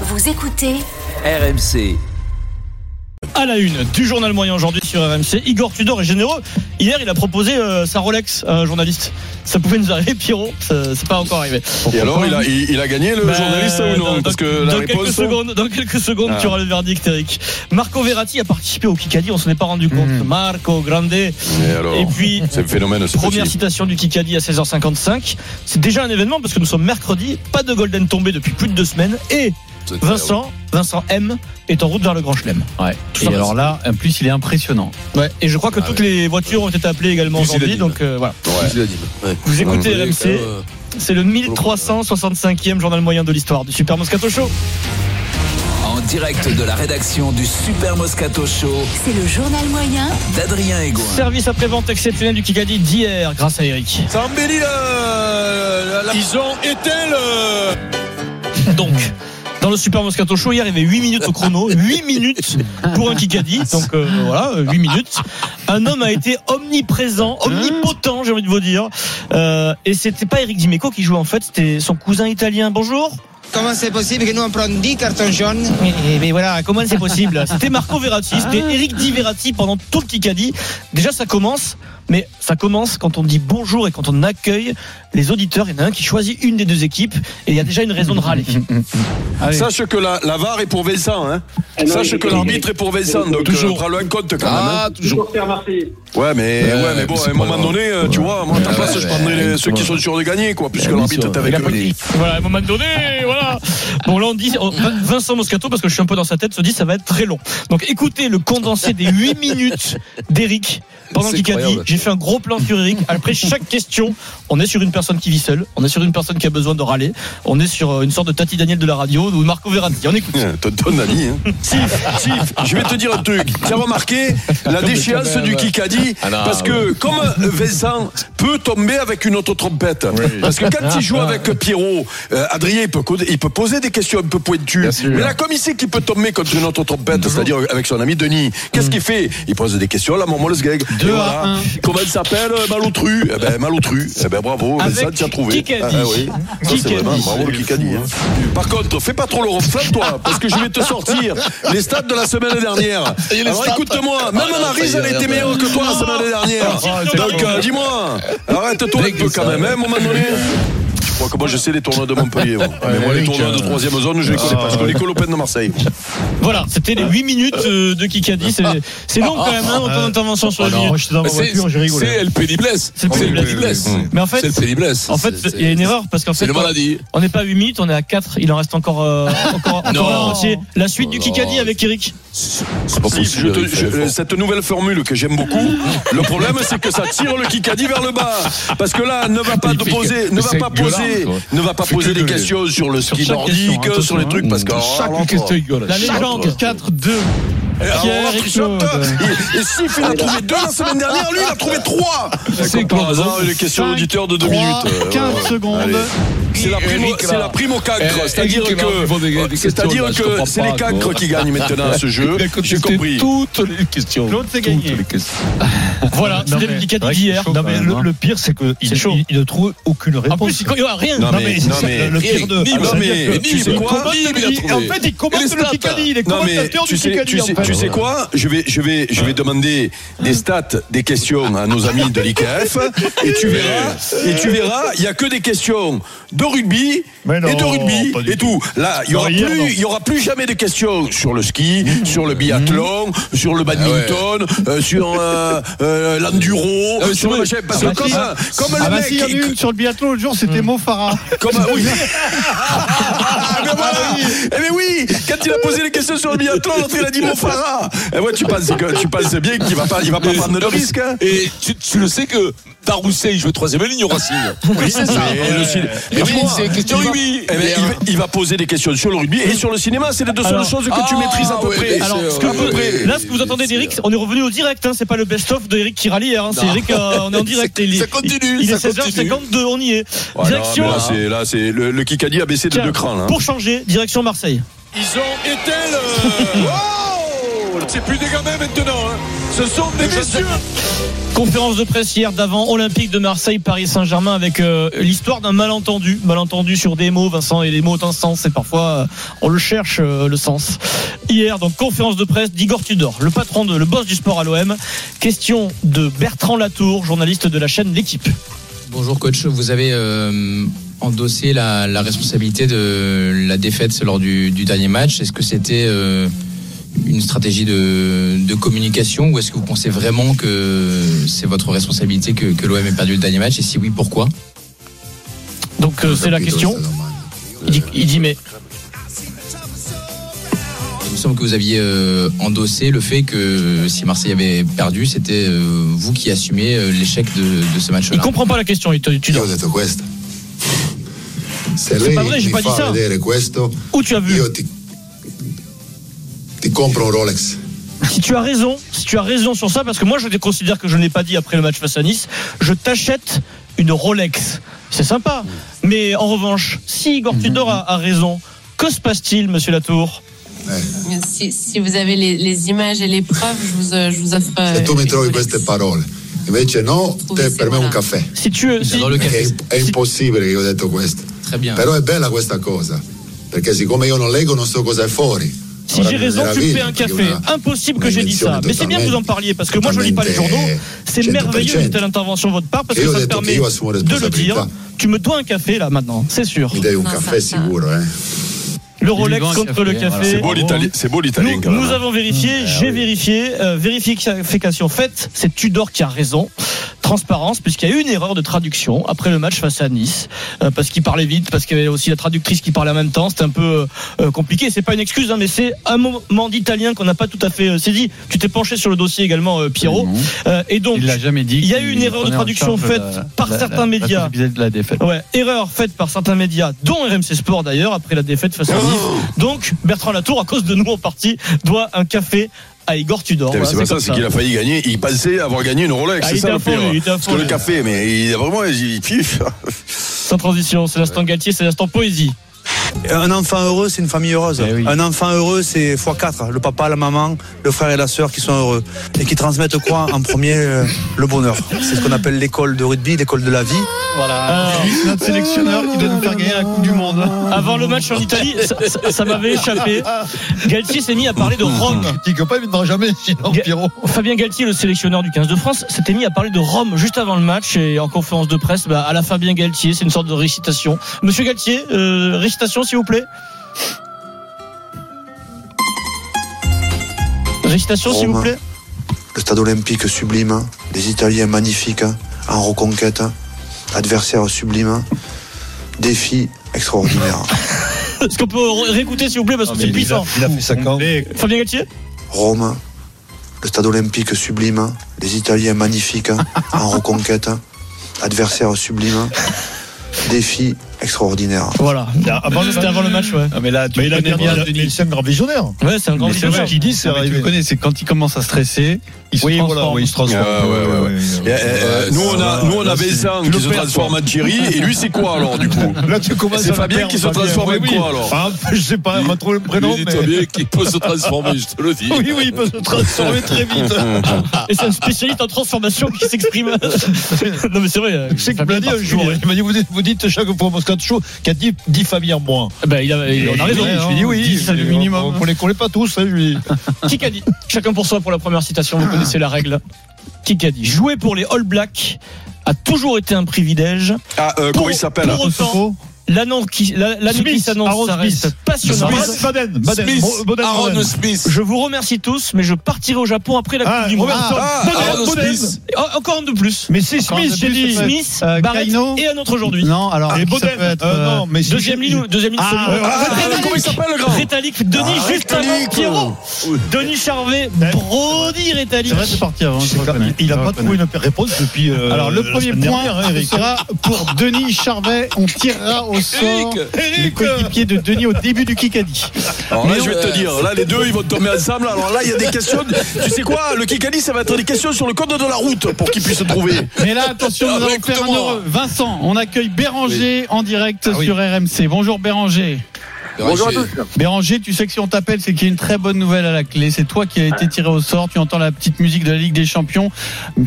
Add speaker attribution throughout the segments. Speaker 1: Vous écoutez
Speaker 2: RMC.
Speaker 3: À la une du journal moyen aujourd'hui sur RMC, Igor Tudor est généreux. Hier, il a proposé euh, sa Rolex à un journaliste. Ça pouvait nous arriver, Pierrot. ça- C'est pas encore arrivé.
Speaker 4: Et alors, il a, il, il a gagné le
Speaker 3: Bah,
Speaker 4: journaliste ou non
Speaker 3: dans-
Speaker 4: Parce
Speaker 3: dans-
Speaker 4: que la
Speaker 3: dans
Speaker 4: réponse.
Speaker 3: quelques secondes, dans quelques secondes,
Speaker 4: Ah.
Speaker 3: tu auras le verdict, Eric. Marco Verratti a participé au Kikadi. On s'en est pas rendu compte. Marco Grande.
Speaker 4: Et Hmm. alors
Speaker 3: Et puis,
Speaker 4: C'est le phénomène ce
Speaker 3: Première
Speaker 4: petit.
Speaker 3: citation du Kikadi à 16h55. C'est déjà un événement parce que nous sommes mercredi, pas de golden tombé depuis plus de deux semaines et Vincent, Vincent M est en route vers le Grand Chelem.
Speaker 5: Ouais.
Speaker 3: Tout
Speaker 5: Et
Speaker 3: ça
Speaker 5: alors
Speaker 3: passe.
Speaker 5: là, en plus, il est impressionnant.
Speaker 3: Ouais. Et je crois que
Speaker 2: Ah
Speaker 3: toutes les voitures ont été appelées également
Speaker 2: Plus il
Speaker 3: aujourd'hui.
Speaker 2: est libre.
Speaker 3: Donc euh, voilà.
Speaker 4: Ouais.
Speaker 3: Ah, Vous écoutez
Speaker 2: Ouais.
Speaker 3: RMC, c'est le 1365e journal moyen de l'histoire du Super Moscato Show.
Speaker 2: En direct de la rédaction du Super Moscato Show
Speaker 1: C'est le journal moyen
Speaker 2: d'Adrien Egoin.
Speaker 3: Service après-vente exceptionnel du Kikadi d'hier grâce à Eric.
Speaker 4: Ça embellit Ils ont éteint le.
Speaker 3: Donc, dans le Super Moscato Show, hier, il y avait 8 minutes au chrono. 8 minutes pour un Kikadi. Donc, euh, voilà, euh, 8 minutes. Un homme a été omniprésent, omnipotent, j'ai envie de vous dire. Euh, et c'était pas Eric Dimeco qui jouait en fait, c'était son cousin italien. Bonjour.
Speaker 6: Comment c'est possible que nous en prenions 10 cartons jaunes
Speaker 3: Mais, mais voilà, comment c'est possible C'était Marco Verratti, c'était Eric Di Verratti pendant tout le Kikadi. Déjà, ça commence, mais ça commence quand on dit bonjour et quand on accueille les auditeurs. Il y en a un qui choisit une des deux équipes et il y a déjà une raison de râler.
Speaker 5: Allez.
Speaker 4: Sache que la, la VAR est pour Vincent. Hein. Sache que l'arbitre est pour Vincent. Donc,
Speaker 5: Toujours.
Speaker 4: euh, prends-le en compte quand même. hein.
Speaker 7: toujours.
Speaker 4: Ouais, mais,
Speaker 5: Ouais,
Speaker 4: ouais, mais bon,
Speaker 5: c'est
Speaker 4: à un
Speaker 5: pas
Speaker 4: moment
Speaker 5: grave.
Speaker 4: donné, euh, tu vois, moi, à ta
Speaker 5: Ouais,
Speaker 4: place, je
Speaker 5: ouais,
Speaker 4: prendrais les-
Speaker 5: ouais,
Speaker 4: ceux qui
Speaker 5: ouais.
Speaker 4: sont sûrs de gagner, quoi, puisque
Speaker 5: Ouais,
Speaker 4: l'arbitre
Speaker 5: bien
Speaker 4: est
Speaker 5: sûr.
Speaker 4: avec
Speaker 5: Il a
Speaker 4: eux.
Speaker 5: pas dit.
Speaker 3: Voilà, à un moment donné, voilà. Bon, là, on dit, on- Vincent Moscato, parce que je suis un peu dans sa tête, se dit, ça va être très long. Donc, écoutez le condensé des 8 minutes d'Eric pendant
Speaker 8: C'est
Speaker 3: qu'il a dit.
Speaker 8: incroyable.
Speaker 3: J'ai fait un gros plan sur Eric. Après chaque question, on est sur une personne qui vit seule, on est sur une personne qui a besoin de râler, on est sur euh, une sorte de Tati Daniel de la radio ou Marco Verratti. On écoute.
Speaker 4: Te donne la vie, hein. Sif, Sif, je vais te dire un truc. Tu as remarqué la déchéance du Kikadi
Speaker 8: Ah non,
Speaker 4: Parce que comme Vincent peut tomber avec une autre trompette, parce que quand il joue
Speaker 8: Ah.
Speaker 4: avec Pierrot, euh, Adrien, il peut, causer- il peut poser des questions un peu pointues. Mais là, comme il sait qu'il peut tomber contre une autre trompette, c'est-à-dire avec son ami Denis,
Speaker 8: Mm.
Speaker 4: qu'est-ce qu'il fait Il pose des questions, la maman le sgeg. Et voilà. Comment il s'appelle Malotru. Eh ben, Malotru. Eh ben, bravo, Vincent,
Speaker 3: Avec
Speaker 4: tu as trouvé.
Speaker 3: Kikadi.
Speaker 4: Ah, ah oui. Ça, c'est
Speaker 3: Kikadi.
Speaker 4: vraiment bravo, le Kikadi. hein. Par contre, fais pas trop le reflet, toi, parce que je vais te sortir les stats de la semaine dernière. Alors écoute-moi, même Marise, elle était meilleure que toi la semaine dernière. Donc euh, dis-moi, arrête-toi un peu quand même, hein, à un moment donné. Je crois que moi je sais les tournois de Montpellier. moi. Mais moi, les tournois de troisième zone, je les connais pas. Je connais que l'Open de Marseille.
Speaker 3: Voilà, c'était les 8 minutes euh, de Kikadi. C'est c'est long quand même, hein, autant d'interventions sur
Speaker 5: Ah
Speaker 3: les
Speaker 5: non,
Speaker 3: minutes.
Speaker 5: moi, j'étais dans ma
Speaker 8: C'est
Speaker 5: voiture, j'ai rigolé.
Speaker 8: c'est le péniblesse.
Speaker 3: C'est le péniblesse.
Speaker 8: péniblesse.
Speaker 3: Mais en fait-
Speaker 8: c'est le péniblesse.
Speaker 3: En fait,
Speaker 8: C'est-
Speaker 3: il y a une
Speaker 8: c'est-
Speaker 3: erreur parce qu'en
Speaker 8: C'est
Speaker 3: fait,
Speaker 8: le maladie.
Speaker 3: on n'est pas à 8 minutes, on est à 4. Il en reste encore, euh, encore, encore
Speaker 8: Non.
Speaker 3: un entier. La suite du
Speaker 8: Non.
Speaker 3: Kikadi avec Eric.
Speaker 8: C'est pas
Speaker 4: Si, je
Speaker 8: possible.
Speaker 4: te-
Speaker 8: il
Speaker 4: je-
Speaker 8: fait
Speaker 4: euh,
Speaker 8: fort.
Speaker 4: cette nouvelle formule que j'aime beaucoup, le problème c'est que ça tire le Kikadi vers le bas. Parce que là, ne va pas
Speaker 5: Il
Speaker 4: te
Speaker 5: fait
Speaker 4: poser,
Speaker 5: que-
Speaker 4: ne
Speaker 5: c'est
Speaker 4: va pas
Speaker 5: gueulard,
Speaker 4: poser,
Speaker 5: quoi.
Speaker 4: ne va pas
Speaker 5: Fait
Speaker 4: poser
Speaker 5: que
Speaker 4: des
Speaker 5: gueuler.
Speaker 4: questions sur le ski
Speaker 5: chaque question,
Speaker 4: nordique,
Speaker 5: hein,
Speaker 4: sur les trucs, parce que
Speaker 5: Chaque question, hein. il gueule.
Speaker 3: La légende 4-2.
Speaker 4: Et alors,
Speaker 3: Pierre
Speaker 4: on va
Speaker 3: et
Speaker 4: tricher un peu.
Speaker 3: Claude.
Speaker 4: Et, et Sif, il en a trouvé deux la semaine dernière, lui, il en a trouvé trois.
Speaker 5: C'est
Speaker 4: Par
Speaker 5: Claude.
Speaker 4: hasard, une question
Speaker 5: Cinq,
Speaker 4: auditeur de deux
Speaker 5: trois,
Speaker 4: minutes. Euh,
Speaker 5: 15 secondes.
Speaker 4: Allez. C'est la prime,
Speaker 8: Eric, là.
Speaker 4: c'est la prime au cancre.
Speaker 8: Eh,
Speaker 4: C'est-à-dire
Speaker 8: Eric, là, il faut des- des
Speaker 4: que,
Speaker 8: questions,
Speaker 4: c'est-à-dire
Speaker 8: là, je
Speaker 4: que
Speaker 8: comprends
Speaker 4: c'est
Speaker 8: pas,
Speaker 4: les cancres
Speaker 8: quoi.
Speaker 4: qui gagnent maintenant à ce jeu.
Speaker 5: Il a contesté
Speaker 4: J'ai compris.
Speaker 5: Toutes les questions.
Speaker 3: Claude, c'est
Speaker 5: Toutes
Speaker 3: gagné.
Speaker 5: les questions.
Speaker 3: Voilà, c'était le Kikadi d'hier.
Speaker 5: Non, mais
Speaker 3: hein.
Speaker 5: le, le pire, c'est qu'il
Speaker 3: C'est chaud.
Speaker 5: il, il ne trouve aucune
Speaker 3: En
Speaker 5: réponse.
Speaker 3: plus, il n'y a rien.
Speaker 4: Non,
Speaker 5: non,
Speaker 4: mais-
Speaker 5: mais, c'est
Speaker 4: non,
Speaker 5: ça,
Speaker 4: mais-
Speaker 5: le pire
Speaker 8: Eric,
Speaker 5: de.
Speaker 8: Nîmes,
Speaker 4: Ah, non, mais-
Speaker 8: mais
Speaker 4: tu sais
Speaker 8: Nîmes,
Speaker 4: quoi
Speaker 8: Nîmes, il a trouvé. Et les stats,
Speaker 3: il est
Speaker 4: hein. Non mais tu sais, tu sais, tu sais quoi Je vais, je vais, je vais demander des stats, des questions à nos amis de l'IKF et tu verras, et tu verras, il y a que des questions de rugby
Speaker 5: Mais non,
Speaker 4: et de
Speaker 5: pas
Speaker 4: rugby
Speaker 5: du
Speaker 4: et tout. Là, il y
Speaker 5: Non,
Speaker 4: aura
Speaker 5: hier, non. Mm-hmm.
Speaker 4: plus, il y aura plus jamais de questions sur le ski, sur le biathlon, sur le badminton, euh, sur euh, euh, l'enduro,
Speaker 8: Ah, mais
Speaker 4: sur
Speaker 8: c'est
Speaker 4: le
Speaker 8: vrai.
Speaker 4: machin. Parce que
Speaker 5: Ah Ah, bah,
Speaker 4: comme,
Speaker 5: si.
Speaker 4: comme le
Speaker 5: Ah bah
Speaker 4: mec,
Speaker 5: si, il y en a une sur le biathlon l'autre jour, c'était Mo Farah.
Speaker 4: comme oui. Ah, mais voilà. Eh mais oui, quand il a posé les questions sur le biathlon, l'autre, il a dit mon Farah. Et moi, tu penses que tu penses bien qu'il va pas, il va pas
Speaker 8: Et-
Speaker 4: prendre de risque. Hein
Speaker 8: Et tu, tu le sais que Darousset, il jouait troisième ligne au Racing.
Speaker 4: oui, c'est ça. Et le
Speaker 5: euh,
Speaker 4: ciné-
Speaker 8: Mais
Speaker 4: Dis-moi,
Speaker 8: oui, c'est question
Speaker 4: il va-
Speaker 8: rugby.
Speaker 4: eh ben, il, va, il va poser des questions sur le rugby et sur le cinéma. C'est les deux seules
Speaker 3: Alors-
Speaker 4: choses que tu
Speaker 8: Ah,
Speaker 4: maîtrises à peu
Speaker 8: ouais,
Speaker 4: près.
Speaker 8: mais
Speaker 3: Alors,
Speaker 8: c'est-
Speaker 3: ce que
Speaker 8: euh,
Speaker 3: vous-
Speaker 8: ouais,
Speaker 3: là, ce que vous entendez d'Eric, on est revenu au direct. Hein, c'est pas le best-of d'Eric qui râle hier. Hein, c'est
Speaker 8: Non.
Speaker 3: Eric, euh, on est en direct.
Speaker 8: Ça-
Speaker 3: il, est-
Speaker 8: ça continue,
Speaker 3: Il, il
Speaker 8: ça
Speaker 3: est 16h52, on y est.
Speaker 4: Ouais, non, mais
Speaker 3: Direction.
Speaker 4: Oh là, c'est là, c'est le, le Kikadi a baissé de hein.
Speaker 3: Tiens,
Speaker 4: deux crans. là.
Speaker 3: Pour changer, direction Marseille.
Speaker 4: Ils ont été le.
Speaker 8: Oh C'est plus des gamins maintenant. hein. Ce sont des messieurs.
Speaker 3: Conférence de presse hier d'avant Olympique de Marseille, Paris Saint-Germain avec euh, l'histoire d'un malentendu, malentendu sur des mots, Vincent, et les mots ont un sens et parfois euh, on le cherche euh, le sens. Hier, donc conférence de presse d'Igor Tudor, le patron de le boss du sport à l'OM. Question de Bertrand Latour, journaliste de la chaîne L'équipe.
Speaker 7: Bonjour coach, vous avez euh, endossé la, la responsabilité de la défaite lors du, du dernier match. Est-ce que c'était euh, une stratégie de, de communication ou est-ce que vous pensez vraiment que c'est votre responsabilité que, que l'OM ait perdu le dernier match Et si oui, pourquoi
Speaker 3: Donc euh, c'est la question. Il dit, il dit, mais
Speaker 7: Il me semble que vous aviez euh, endossé le fait que si Marseille avait perdu, c'était euh, vous qui assumiez euh, l'échec de, de ce
Speaker 3: il
Speaker 7: match-là.
Speaker 3: comprend pas la question, il te- Tudor.
Speaker 9: detto questo. Se
Speaker 3: Ma
Speaker 9: lei
Speaker 3: avrei
Speaker 9: mi
Speaker 3: sbagliato.
Speaker 9: fa vedere questo,
Speaker 3: Où tu as vu
Speaker 9: io ti, ti compro un Rolex.
Speaker 3: Si tu as raison, si tu as raison sur ça, parce que moi je te considère que je n'ai pas dit après le match face à Nice, je t'achète une Rolex. C'est sympa. Mais en revanche, si Igor Tudor a, a raison, que se passe-t-il, monsieur Latour
Speaker 10: Si, si vous avez les, les images et les preuves, je vous, euh, je vous offre. euh,
Speaker 9: Se tu mi
Speaker 10: une
Speaker 9: trovi
Speaker 10: collection.
Speaker 9: queste parole, invece no, te per me un caffè.
Speaker 3: Si tu si-
Speaker 7: J'adore le
Speaker 9: Perché È,
Speaker 7: café.
Speaker 9: imp- è impossibile che io ho detto questo.
Speaker 7: Très bien.
Speaker 9: Però è bella questa cosa, perché siccome io non leggo non so cosa è fuori.
Speaker 3: si
Speaker 9: Ora
Speaker 3: j'ai
Speaker 9: mi
Speaker 3: raison, tu me
Speaker 9: meraviglio,
Speaker 3: fais un
Speaker 9: perché
Speaker 3: café.
Speaker 9: una-
Speaker 3: Impossible que
Speaker 9: una
Speaker 3: j'ai dit ça.
Speaker 9: invenzione
Speaker 3: Mais c'est bien que vous en
Speaker 9: totalmente-
Speaker 3: parliez, parce que moi je lis pas les
Speaker 9: totalmente
Speaker 3: journaux. C'est
Speaker 9: 100%.
Speaker 3: merveilleux une telle intervention de votre part, parce
Speaker 9: Et
Speaker 3: que
Speaker 9: io
Speaker 3: ça
Speaker 9: ho
Speaker 3: te
Speaker 9: detto che
Speaker 3: permet
Speaker 9: io assumo
Speaker 3: de le dire.
Speaker 9: responsabilità.
Speaker 3: Tu me dois un café là maintenant, c'est sûr.
Speaker 9: Mi dai un
Speaker 10: No,
Speaker 9: caffè
Speaker 10: sa- sa-
Speaker 9: sicuro, eh.
Speaker 3: Le Rolex contre le café.
Speaker 4: C'est beau l'Italien. C'est beau l'Italien.
Speaker 3: Nous,
Speaker 4: quand même. hein. Ah
Speaker 3: nous avons vérifié, j'ai vérifié, euh, vérification faite, c'est Tudor qui a raison. Transparence, puisqu'il y a eu une erreur de traduction après le match face à Nice, euh, parce qu'il parlait vite, parce qu'il y avait aussi la traductrice qui parlait en même temps, c'était un peu euh, compliqué. C'est pas une excuse, hein, mais c'est un moment d'italien qu'on n'a pas tout à fait euh, saisi. Tu t'es penché sur le dossier également, euh, Pierrot. Euh, et donc,
Speaker 5: Il l'a jamais dit.
Speaker 3: il y a
Speaker 5: qu'il
Speaker 3: eu une erreur de
Speaker 5: prenait en
Speaker 3: traduction
Speaker 5: charge
Speaker 3: faite
Speaker 5: la-
Speaker 3: par
Speaker 5: la-
Speaker 3: certains
Speaker 5: la- la
Speaker 3: médias.
Speaker 5: responsabilité de la défaite.
Speaker 3: Ouais, erreur faite par certains médias, dont RMC Sport d'ailleurs, après la défaite face à Nice.
Speaker 4: Oh
Speaker 3: Donc, Bertrand Latour, à cause de nous en partie, doit un café à Igor Tudor.
Speaker 4: Putain, mais
Speaker 3: Voilà,
Speaker 4: c'est pas
Speaker 3: bah,
Speaker 4: ça,
Speaker 3: comme
Speaker 4: c'est qu'il a failli gagner. Il pensait avoir gagné une Rolex.
Speaker 3: Ah, il
Speaker 4: c'est ça
Speaker 3: était
Speaker 4: le
Speaker 3: à fond,
Speaker 4: pire.
Speaker 3: lui, il était à
Speaker 4: Parce
Speaker 3: fond,
Speaker 4: que le
Speaker 3: lui.
Speaker 4: café, mais il a vraiment, il pif.
Speaker 3: Sans transition, c'est l'instant Galtier, c'est l'instant poésie.
Speaker 11: Euh, Un enfant heureux, c'est une famille heureuse.
Speaker 5: Eh oui.
Speaker 11: Un enfant heureux, c'est x4. Le papa, la maman, le frère et la sœur qui sont heureux. Et qui transmettent quoi En premier, euh, le bonheur. C'est ce qu'on appelle l'école de rugby, l'école de la vie.
Speaker 3: Ah,
Speaker 5: Notre sélectionneur qui doit nous faire gagner la Coupe du Monde.
Speaker 3: avant le match en Italie, ça, ça- ça m'avait échappé. Galtier s'est mis à parler de Rome.
Speaker 5: Qui ne pas, il ne vendra jamais, sinon,
Speaker 3: Ga-
Speaker 5: Pierrot.
Speaker 3: Fabien Galtier, le sélectionneur du 15 de France, s'était mis à parler de Rome juste avant le match et en conférence de presse, bah, à la Fabien Galtier, c'est une sorte de récitation. Monsieur Galtier, euh, récitation s'il vous plaît. Récitation s'il vous
Speaker 11: Rome.
Speaker 3: plaît.
Speaker 11: Le stade olympique sublime, hein. les Italiens magnifiques, hein, en reconquête, hein. adversaire sublime, hein. défi extraordinaire.
Speaker 3: Est-ce qu'on peut ré- réécouter s'il vous plaît parce que c'est puissant.
Speaker 5: Il a fait ça quand
Speaker 3: Fabien Galtier
Speaker 11: Rome, le stade olympique sublime, hein. les Italiens magnifiques, hein, en reconquête, hein. adversaire sublime, hein. défi extraordinaire.
Speaker 3: Voilà.
Speaker 5: Ah,
Speaker 3: C'était avant le match, ouais.
Speaker 5: mais là, tu
Speaker 3: Mais il a
Speaker 5: connais
Speaker 3: bien
Speaker 5: bien
Speaker 3: dit.
Speaker 5: Denis, c'est un grand visionnaire.
Speaker 3: Ouais, c'est un grand
Speaker 5: Mais c'est vrai
Speaker 3: visionnaire.
Speaker 5: qu'il dit, c'est
Speaker 3: Ah, mais tu
Speaker 5: arrivé.
Speaker 3: le connais.
Speaker 5: c'est quand il commence à stresser, il
Speaker 3: Oui,
Speaker 5: se transforme.
Speaker 3: voilà, oui, il se
Speaker 4: transforme. Et, euh, euh, nous, on a, nous, on a Vincent
Speaker 5: Bah, tu
Speaker 4: qui
Speaker 5: le
Speaker 4: se
Speaker 5: perds,
Speaker 4: transforme en Thierry. Et lui, c'est quoi alors, du coup
Speaker 5: Là, tu commences
Speaker 4: C'est
Speaker 5: à la
Speaker 4: Fabien
Speaker 5: perdre,
Speaker 4: qui se
Speaker 5: Fabien.
Speaker 4: transforme
Speaker 5: Ouais,
Speaker 4: en
Speaker 5: oui.
Speaker 4: quoi, alors
Speaker 5: Enfin, Je sais pas, on va trouver le prénom,
Speaker 8: Il est
Speaker 5: mais.
Speaker 8: Fabien qui peut se transformer, je te le dis.
Speaker 5: Oui, oui, il peut se transformer très vite.
Speaker 3: Et c'est un spécialiste en transformation qui s'exprime. non mais c'est vrai.
Speaker 5: Je sais que
Speaker 3: Fabien
Speaker 5: m'a dit un
Speaker 3: particulier.
Speaker 5: jour, il m'a dit, vous dites, vous dites chaque fois Moscato Show qu'il y a 10, 10 familles en moins.
Speaker 3: Ben, il a, il- on a raison.
Speaker 5: Je lui ai dit oui,
Speaker 3: Dix, c'est le minimum.
Speaker 5: On les connaît pas tous, hein, je lui ai dit.
Speaker 3: Qui qu'a dit Chacun pour soi pour la première citation, vous connaissez la règle. Qui qu'a dit Jouer pour les All Blacks a toujours été un privilège.
Speaker 4: Ah, euh, comment il s'appelle
Speaker 3: Pour autant,
Speaker 5: Soko,
Speaker 3: l'année qui la- l'année qui
Speaker 5: Ben, Smith,
Speaker 3: s'annonce,
Speaker 5: Aaron
Speaker 3: ça reste
Speaker 5: Smith.
Speaker 3: passionnant.
Speaker 5: Baden, Baden, Baden,
Speaker 8: Smith,
Speaker 5: Bo- Baden,
Speaker 8: Aaron
Speaker 5: Baden.
Speaker 8: Smith.
Speaker 3: Je vous remercie tous, mais je partirai au Japon après la Coupe
Speaker 5: Ah,
Speaker 3: du Monde.
Speaker 5: Robertson.
Speaker 4: Ah,
Speaker 5: Baden,
Speaker 8: Aaron
Speaker 5: Baden.
Speaker 8: Smith.
Speaker 3: Ah, encore un de plus.
Speaker 5: Mais c'est
Speaker 3: Encore un de
Speaker 5: Smith, j'ai
Speaker 3: plus,
Speaker 5: dit.
Speaker 3: Smith,
Speaker 5: Euh,
Speaker 3: Barrett
Speaker 5: Kaino.
Speaker 3: et un autre aujourd'hui.
Speaker 5: Non, alors.
Speaker 3: Et
Speaker 5: qui ça
Speaker 3: Baden.
Speaker 5: peut être, euh,
Speaker 3: Euh,
Speaker 5: mais si-
Speaker 3: Deuxième ligne, deuxième ligne.
Speaker 5: Ah,
Speaker 3: solide.
Speaker 5: euh, ah,
Speaker 4: Ah, comment il s'appelle, le grand
Speaker 3: Rétalik, Denis,
Speaker 4: Ah,
Speaker 3: juste avant
Speaker 4: Rétalik,
Speaker 3: Pierrot. Denis Charvet, Brody Rétalik.
Speaker 5: C'est vrai, c'est parti avant.
Speaker 11: Je reconnais.
Speaker 5: Il n'a
Speaker 11: Je
Speaker 5: pas
Speaker 11: reconnais.
Speaker 5: trouvé une réponse depuis. euh,
Speaker 11: Alors, le
Speaker 5: la
Speaker 11: premier
Speaker 5: semaine
Speaker 11: point
Speaker 5: dernière, hein, Eric.
Speaker 11: sera pour Denis Charvet. On tirera au sort
Speaker 8: Eric,
Speaker 5: les coéquipiers de Denis au début du Kikadi.
Speaker 4: Alors là,
Speaker 8: Mais
Speaker 4: je vais
Speaker 8: ouais.
Speaker 4: te dire, là, les deux, ils vont tomber ensemble. Alors là, il y a des questions. Tu sais quoi Le Kikali, ça va être des questions sur le code de la route pour qu'ils puissent se trouver.
Speaker 11: Mais là, attention,
Speaker 8: Ah,
Speaker 11: nous
Speaker 8: bah,
Speaker 11: allons faire un
Speaker 8: écoute-moi.
Speaker 5: Ah
Speaker 11: heureux. Vincent, on accueille Béranger en direct sur RMC. Bonjour Béranger. Bonjour à tous.
Speaker 3: Béranger, tu sais que si on t'appelle, c'est qu'il y a une très bonne nouvelle à la clé. C'est toi qui as été tiré au sort. Tu entends la petite musique de la Ligue des Champions.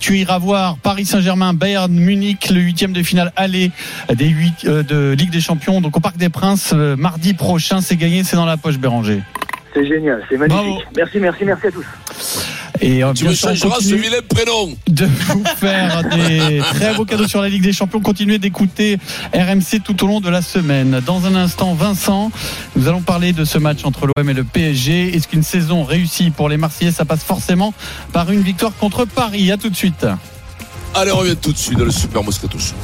Speaker 3: Tu iras voir Paris Saint-Germain, Bayern Munich, le huitième de finale aller des huit euh, de Ligue des Champions. Donc au Parc des Princes, euh, mardi prochain, c'est gagné, c'est dans la poche, Béranger.
Speaker 12: C'est génial, c'est magnifique. Merci, merci, merci à tous.
Speaker 3: Et euh,
Speaker 13: Tu
Speaker 3: bien
Speaker 13: me
Speaker 3: sûr, on
Speaker 13: changeras ce
Speaker 3: continue
Speaker 13: vilain prénom.
Speaker 3: de vous faire des très beaux cadeaux sur la Ligue des Champions. Continuez d'écouter RMC tout au long de la semaine. Dans un instant, Vincent, nous allons parler de ce match entre l'OM et le PSG. Est-ce qu'une saison réussie pour les Marseillais, ça passe forcément par une victoire contre Paris À tout de suite.
Speaker 13: Allez, on revient tout de suite dans le Super Moscato Show.